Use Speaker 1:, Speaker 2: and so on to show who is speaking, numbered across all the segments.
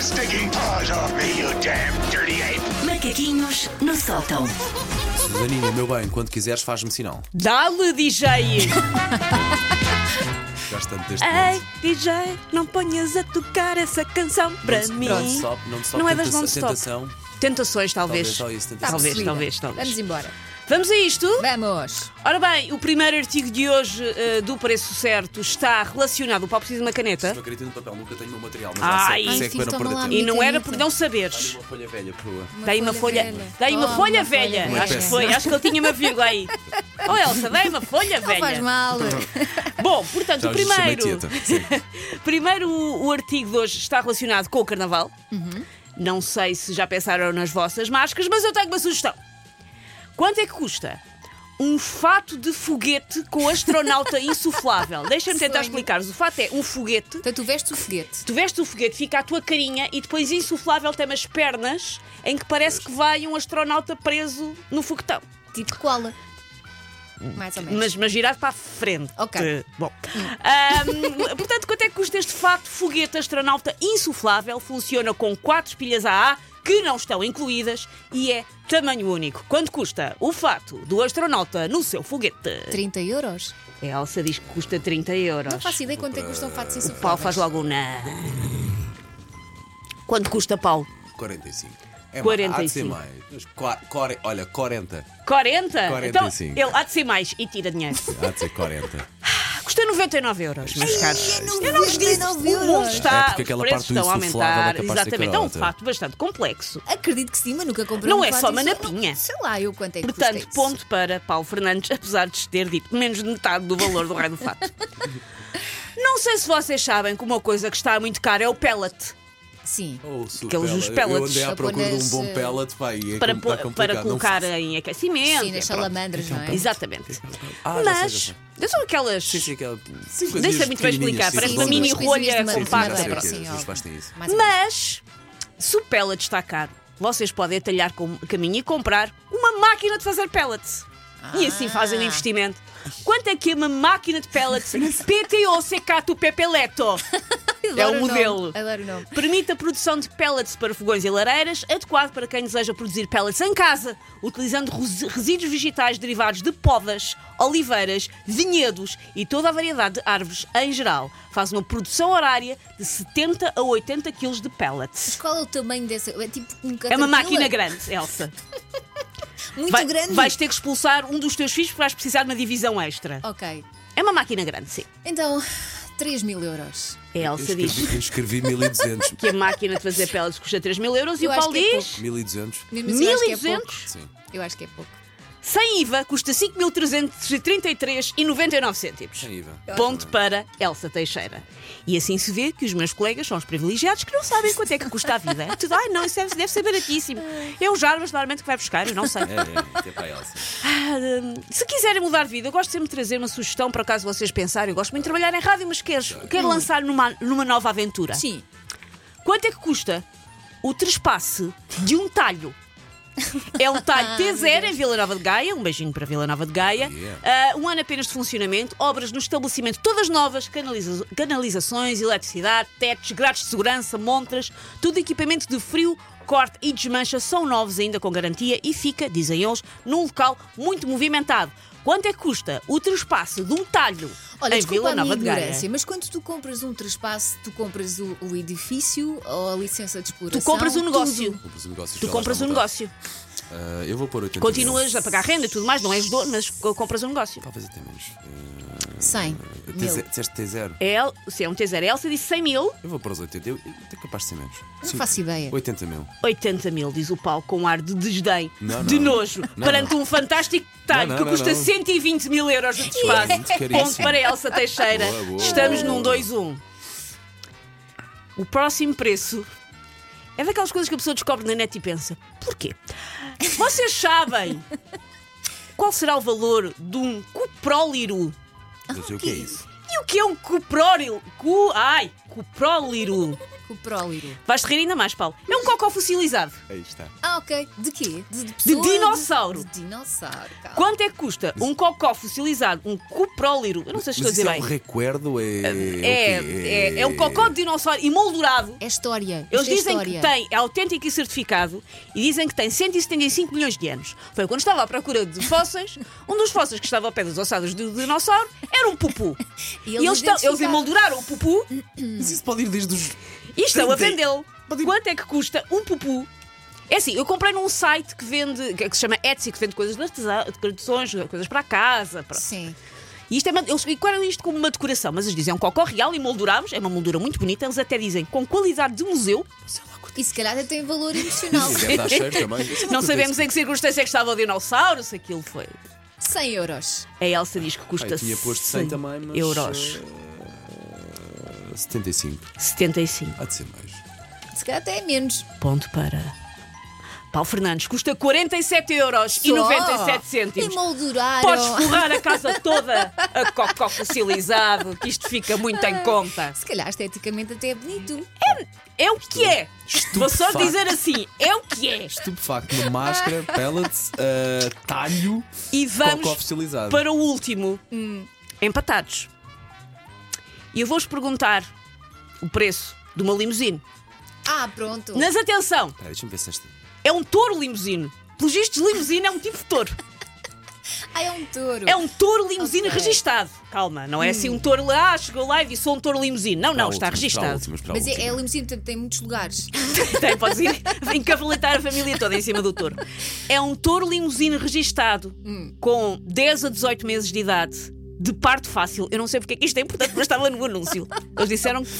Speaker 1: sticking paws off me, you damn dirty ape!
Speaker 2: Macaquinhos no sótão.
Speaker 3: Daninha, meu bem, quando quiseres, faz-me sinal.
Speaker 4: Dá-lhe, DJ!
Speaker 3: Gosto tanto deste
Speaker 4: Ei,
Speaker 3: momento.
Speaker 4: DJ, não ponhas a tocar essa canção para
Speaker 3: Não se-
Speaker 4: mim.
Speaker 3: Não, se sobe, não, se sobe.
Speaker 4: Não é
Speaker 3: Tenta-
Speaker 4: das não stop.
Speaker 3: tentação.
Speaker 4: Tentações, talvez.
Speaker 3: Talvez, Tá só isso, tentação.
Speaker 4: talvez,
Speaker 5: Percebida.
Speaker 4: talvez, talvez.
Speaker 5: Vamos embora.
Speaker 4: Vamos a isto?
Speaker 5: Vamos.
Speaker 4: Ora bem, o primeiro artigo de hoje eh, do Preço Certo está relacionado. O Paulo precisa de uma caneta.
Speaker 3: Uma caneta no papel, nunca tenho o meu material, mas
Speaker 4: Ai.
Speaker 3: já sei, sei que para
Speaker 5: Ai,
Speaker 3: não
Speaker 5: sim,
Speaker 3: perder
Speaker 5: toma lá,
Speaker 3: tempo.
Speaker 4: E não era
Speaker 5: caneta.
Speaker 4: por não saberes.
Speaker 3: Olha uma folha velha, por favor.
Speaker 4: Dei uma folha,
Speaker 5: velha.
Speaker 4: dei Oh, uma
Speaker 5: Toma,
Speaker 4: folha
Speaker 5: uma
Speaker 4: velha.
Speaker 5: folha
Speaker 4: Acho que
Speaker 3: velha.
Speaker 4: foi, acho que ele tinha uma vírgula aí. Oh Elsa, dei uma folha
Speaker 5: Não faz
Speaker 4: velha.
Speaker 5: mal.
Speaker 4: Bom, portanto,
Speaker 3: Já
Speaker 4: o
Speaker 3: os chamei
Speaker 4: primeiro,
Speaker 3: tieta. Sim.
Speaker 4: primeiro o, o artigo de hoje está relacionado com o carnaval. Não sei se já pensaram nas vossas máscaras, mas eu tenho uma sugestão. Quanto é que custa? Um fato de foguete com astronauta insuflável. Deixa-me tentar
Speaker 5: Sonho.
Speaker 4: explicar-vos. O fato é um foguete
Speaker 5: Então tu vestes o foguete.
Speaker 4: Tu vestes o foguete, fica a tua carinha e depois insuflável tem umas pernas em que parece que vai um astronauta preso no foguetão.
Speaker 5: Tipo cola. Mais ou menos.
Speaker 4: Mas, eh, mas girado para a frente.
Speaker 5: Ok.
Speaker 4: Bom. Ahm, portanto, quanto é que custa este fato foguete astronauta insuflável? Funciona com quatro espilhas AA que não estão incluídas e é tamanho único. Quanto custa o fato do astronauta no seu foguete?
Speaker 5: 30 euros?
Speaker 4: A Elsa diz que custa 30 euros.
Speaker 5: Não faço ideia quanto é que custam fatos insufláveis.
Speaker 4: eh, Paulo faz logo na. Quanto custa, Paulo?
Speaker 3: 45. É,
Speaker 4: 45.
Speaker 3: Há de ser mais. Mas qua- core- olha, 40.
Speaker 4: 40?
Speaker 3: 45.
Speaker 4: Então, ele há de ser mais e tira dinheiro.
Speaker 3: Há de ser 40.
Speaker 4: Custa 99 euros, meus caros.
Speaker 5: Eu não vos disse.
Speaker 4: O mundo está,
Speaker 3: É porque aquela
Speaker 4: os preços
Speaker 3: parte do
Speaker 4: estão a
Speaker 3: insuflável é
Speaker 4: aumentar.
Speaker 3: capaz de ser
Speaker 4: Exatamente, é um
Speaker 3: carota.
Speaker 4: fato bastante complexo.
Speaker 5: Acredito que sim, mas nunca comprei
Speaker 4: Não
Speaker 5: um
Speaker 4: é
Speaker 5: fato
Speaker 4: só uma
Speaker 5: insuflável.
Speaker 4: napinha.
Speaker 5: Sei lá eu quanto é que custa
Speaker 4: Portanto,
Speaker 5: isso.
Speaker 4: ponto para Paulo Fernandes, apesar de ter dito menos de metade do valor do raio do fato. Não sei se vocês sabem que uma coisa que está muito cara é o pellet.
Speaker 5: Sim.
Speaker 3: Oh, super
Speaker 4: Aqueles os
Speaker 3: pellet. Eu
Speaker 4: pellets.
Speaker 3: andei à procura de um
Speaker 5: Apenas,
Speaker 3: bom
Speaker 5: eh,
Speaker 3: pellet, pá, e é
Speaker 4: Para,
Speaker 3: com-
Speaker 4: pô-
Speaker 3: tá complicado,
Speaker 4: para
Speaker 3: não
Speaker 4: colocar
Speaker 3: faço.
Speaker 4: em aquecimento.
Speaker 5: Sim, nas
Speaker 4: é, pronto.
Speaker 5: salamandras, não é?
Speaker 4: Exatamente.
Speaker 3: Ah, já sei, já
Speaker 4: Mas,
Speaker 3: sei.
Speaker 4: são aquelas.
Speaker 3: Sim, sim, aquela. sim,
Speaker 4: Deixa-me
Speaker 3: coisinhas
Speaker 4: muito bem
Speaker 3: pequenininhas,
Speaker 4: explicar,
Speaker 3: sim,
Speaker 4: parece uma
Speaker 5: redondas.
Speaker 4: mini
Speaker 5: Sim, sim,
Speaker 4: rolha
Speaker 5: sim, sim,
Speaker 4: compacta.
Speaker 5: sim, sim,
Speaker 4: pronto.
Speaker 5: sim,
Speaker 3: Sim,
Speaker 5: sim,
Speaker 3: é, os pais têm isso.
Speaker 5: Mais ou menos.
Speaker 4: Mas, se o pellet está caro, vocês podem atalhar com- caminho e comprar uma máquina de fazer pellet. E
Speaker 5: Ah.
Speaker 4: assim fazem o investimento. Quanto é que é uma máquina de pellet PTO Secato Pepeleto? É
Speaker 5: Adoro
Speaker 4: um
Speaker 5: nome,
Speaker 4: modelo.
Speaker 5: Adoro o nome.
Speaker 4: Permite a produção de pellets para fogões e lareiras, adequado para quem deseja produzir pellets em casa, utilizando res- resíduos vegetais derivados de podas, oliveiras, vinhedos e toda a variedade de árvores em geral. Faz uma produção horária de 70 a 80 kg de pellets.
Speaker 5: Qual é o tamanho dessa? É tipo
Speaker 4: É
Speaker 5: um
Speaker 4: uma
Speaker 5: caterpillar?
Speaker 4: máquina grande, Elsa.
Speaker 5: Muito
Speaker 4: Vai-
Speaker 5: grande.
Speaker 4: Vais ter que expulsar um dos teus filhos porque vais precisar de uma divisão extra.
Speaker 5: Ok.
Speaker 4: É uma máquina grande, sim.
Speaker 5: Então, 3 mil euros.
Speaker 4: A É Elsa diz
Speaker 3: Escrevi, escrevi 1200.
Speaker 4: que a máquina de fazer pellets custa 3 mil euros e
Speaker 5: Eu
Speaker 4: o
Speaker 5: acho
Speaker 4: Paulo
Speaker 5: que é
Speaker 4: diz
Speaker 3: 1200.
Speaker 5: Mesmo assim, eu acho que é pouco.
Speaker 4: 1200.
Speaker 3: Sim.
Speaker 5: Eu acho que é pouco.
Speaker 4: Sem IVA custa 5.333,99 cêntimos.
Speaker 3: Sem IVA.
Speaker 4: Ponto para Elsa Teixeira. E assim se vê que os meus colegas são os privilegiados que não sabem quanto é que custa a vida. É Tudo, ai não, isso deve, deve ser baratíssimo. É o Jarbas normalmente que vai buscar, eu não sei.
Speaker 3: É, é, que é para a Elsa.
Speaker 4: Ah, hum, se quiserem mudar de vida, eu gosto sempre de trazer uma sugestão para o caso vocês pensarem. Eu gosto muito de trabalhar em rádio, mas queres, quero lançar numa, numa nova aventura.
Speaker 5: Sim.
Speaker 4: Quanto é que custa o trespasse de um talho? É um
Speaker 5: Ah,
Speaker 4: talho T0 em Vila Nova de Gaia, um beijinho para Vila Nova de Gaia.
Speaker 3: Yeah.
Speaker 4: Ah, um ano apenas de funcionamento, obras no estabelecimento todas novas, canaliza- canalizações, eletricidade, tetos, grades de segurança, montras, tudo equipamento de frio, corte e desmancha são novos ainda com garantia e fica, dizem eles, num local muito movimentado. Quanto é que custa o trespasse de um talho
Speaker 5: Olha,
Speaker 4: em
Speaker 5: desculpa
Speaker 4: Vila
Speaker 5: a minha
Speaker 4: Nova de Gaia?
Speaker 5: ignorância, mas quando tu compras um trespasse, tu compras o, o edifício ou a licença de exploração?
Speaker 4: Tu compras um negócio.
Speaker 5: tudo.
Speaker 3: Compras um negócio.
Speaker 4: Tu compras um negócio.
Speaker 3: Ah, eu vou pôr 80
Speaker 4: Continuas
Speaker 3: mil.
Speaker 4: a pagar renda e tudo mais, não és dono, mas co- compras um negócio.
Speaker 3: Talvez até menos. Ah,
Speaker 5: 100
Speaker 3: T0,
Speaker 5: mil.
Speaker 3: Disseste T0.
Speaker 4: El, se é um T0, Elsa disse 100 mil,
Speaker 3: Eu vou pôr os 80. Eu, eu, é capaz de ser menos.
Speaker 5: Não faço ideia.
Speaker 3: 80 mil.
Speaker 4: Ah, 80 mil, diz o Paulo, com um ar de desdém,
Speaker 3: Não,
Speaker 4: de
Speaker 3: não.
Speaker 4: nojo,
Speaker 3: Não,
Speaker 4: perante um fantástico detalhe
Speaker 3: Não, não,
Speaker 4: que
Speaker 3: não,
Speaker 4: custa
Speaker 3: não.
Speaker 4: 120 mil euros de
Speaker 3: É
Speaker 4: desfase.
Speaker 3: muito caríssimo.
Speaker 4: Ponto para Elsa Teixeira.
Speaker 3: Boa, boa,
Speaker 4: Estamos
Speaker 3: boa.
Speaker 4: num 2-1. O próximo preço é daquelas coisas que a pessoa descobre na net e pensa: porquê? Vocês sabem qual será o valor de um cupróliro?
Speaker 3: Mas eu sei o que é isso.
Speaker 4: E o que é um cupróliro? Cu, ai, cupróliro.
Speaker 5: O próliro.
Speaker 4: Vais-te rir ainda mais, Paulo. É um cocó fossilizado.
Speaker 3: Aí está.
Speaker 5: Ah, ok. De quê? De, pessoa,
Speaker 4: dinossauro.
Speaker 5: De, dinossauro, calma.
Speaker 4: Quanto é que custa um cocó fossilizado, um cupróliro? Eu não sei se estou a
Speaker 3: Mas
Speaker 4: dizer
Speaker 3: isso é
Speaker 4: bem.
Speaker 3: um recuerdo? É,
Speaker 4: É,
Speaker 3: o quê?
Speaker 4: é, é um cocó de dinossauro emoldurado.
Speaker 5: É história.
Speaker 4: Eles
Speaker 5: Isto é
Speaker 4: dizem que
Speaker 5: história.
Speaker 4: tem, é autêntico e certificado, e dizem que tem 175 milhões de anos. Foi quando estava à procura de fósseis, um dos fósseis que estava ao pé dos ossados do dinossauro era um pupu.
Speaker 5: E
Speaker 4: E
Speaker 5: eles
Speaker 4: eles, estão- eles
Speaker 5: identificaram.
Speaker 4: emolduraram o pupu
Speaker 3: Mas isso pode ir desde os.
Speaker 4: e estão a
Speaker 3: 30.
Speaker 4: vendê-lo. Quanto é que custa um pupu? É assim, eu comprei num site que vende, que se chama Etsy, que vende coisas de artesã- decorações, coisas para casa. Para...
Speaker 5: Sim.
Speaker 4: E isto é, uma- eles enquadram isto como uma decoração, mas eles dizem é um cocó real e moldurámos, é uma moldura muito bonita, eles até dizem com qualidade de museu.
Speaker 5: E se calhar até tem valor emocional.
Speaker 3: Sim, deve dar é cheiro também. Isso
Speaker 4: Não
Speaker 3: acontece.
Speaker 4: sabemos em que circunstância é que estava o dinossauro, se aquilo foi.
Speaker 5: 100 euros.
Speaker 4: A Elsa diz que
Speaker 3: Ah,
Speaker 4: custa
Speaker 3: eu tinha posto 100 também, mas.
Speaker 4: euros.
Speaker 3: eh, 75.
Speaker 4: 75.
Speaker 3: Há de ser mais.
Speaker 5: Se calhar até é menos.
Speaker 4: Ponto para. Paulo Fernandes custa 47 euros e
Speaker 5: Só.
Speaker 4: 97 cêntimos.
Speaker 5: Emolduraram.
Speaker 4: Podes forrar a casa toda a cocó fossilizado, que isto fica muito em conta.
Speaker 5: Se calhar esteticamente até é bonito.
Speaker 4: É o que é. Vou só
Speaker 3: estupefacto.
Speaker 4: dizer assim, é o que é.
Speaker 3: Estupefacto, uma máscara, pellets, eh, talho,
Speaker 4: E vamos
Speaker 3: cocó oficializado.
Speaker 4: para o último. Empatados. E eu vou-vos perguntar o preço de uma limusine.
Speaker 5: Ah, pronto.
Speaker 4: Mas atenção,
Speaker 3: Pera, deixa-me ver se esta.
Speaker 4: é um touro limusine. Pelos vistos, limusine é um tipo de touro.
Speaker 5: Ah, é um touro.
Speaker 4: É um touro limusine
Speaker 5: Ok.
Speaker 4: registado. Calma, não é assim um touro lá, ah, chegou lá e disse sou um touro limusine. Não, não, está registado.
Speaker 5: Mas é, é limusine, portanto, tem muitos lugares.
Speaker 4: Tem, podes ir encavaletar a família toda em cima do touro. É um touro limusine registado, com 10 a 18 meses de idade, de parto fácil. Eu não sei porque é que isto é importante, mas estava no anúncio. Eles disseram que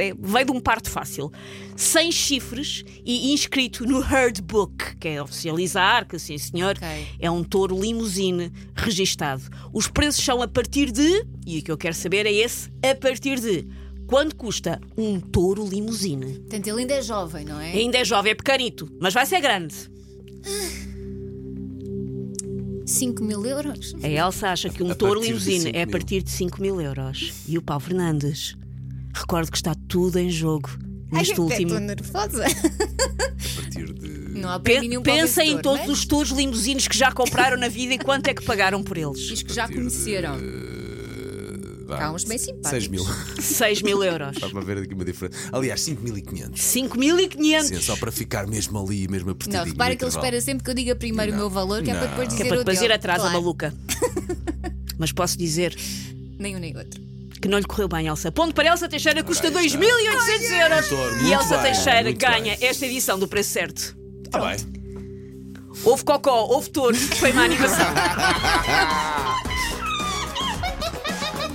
Speaker 4: é, veio de um parto fácil. Sem chifres e inscrito no Herd Book, que é oficializar, que sim senhor,
Speaker 5: Ok.
Speaker 4: é um touro limusine registado. Os preços são a partir de, e o que eu quero saber é esse, a partir de. Quanto custa um touro limusine?
Speaker 5: Portanto, ele ainda é jovem, não é?
Speaker 4: Ainda é jovem, é pequenito, mas vai ser grande.
Speaker 5: 5 mil euros?
Speaker 4: A Elsa acha que um
Speaker 3: A
Speaker 4: touro
Speaker 3: partir de
Speaker 4: limusine
Speaker 3: 5
Speaker 4: é a
Speaker 3: mil.
Speaker 4: partir de 5 mil euros. E o Paulo Fernandes. Recordo que está tudo em jogo neste
Speaker 5: Ai, é até
Speaker 4: último.
Speaker 5: Estou nervosa.
Speaker 3: A partir de.
Speaker 5: Não há para
Speaker 4: Pe-
Speaker 5: mim nenhum
Speaker 4: Pensa em
Speaker 5: vencedor,
Speaker 4: todos
Speaker 5: mas
Speaker 4: os touros limusines que já compraram na vida e quanto é que pagaram por eles.
Speaker 5: Diz que já conheceram. Há uns bem simpáticos.
Speaker 3: 6 Eh, mil.
Speaker 4: 6 mil euros.
Speaker 3: Dá para ver aqui uma diferença. Aliás, 5.500.
Speaker 4: 5.500.
Speaker 3: Sim, só para ficar mesmo ali, mesmo apertadinho.
Speaker 5: Não, repara
Speaker 3: no
Speaker 5: que ele
Speaker 3: intervalo.
Speaker 5: espera sempre que eu diga primeiro o meu valor, que é para
Speaker 3: Não.
Speaker 5: depois dizer
Speaker 4: Que é para
Speaker 5: o
Speaker 4: depois
Speaker 5: dele.
Speaker 4: ir atrás, a
Speaker 5: Claro.
Speaker 4: maluca. Mas posso dizer
Speaker 5: Nem um nem outro.
Speaker 4: que não lhe correu bem, Elsa. Ponto para Elsa Teixeira custa
Speaker 3: Ora, aí está.
Speaker 4: 2.800 euros.
Speaker 3: Doutor,
Speaker 4: E
Speaker 3: muito
Speaker 4: Elsa
Speaker 3: bem,
Speaker 4: Teixeira
Speaker 3: muito
Speaker 4: ganha
Speaker 3: bem.
Speaker 4: esta edição do Preço Certo.
Speaker 3: Tá bem.
Speaker 4: Houve cocó, houve touro, foi uma animação.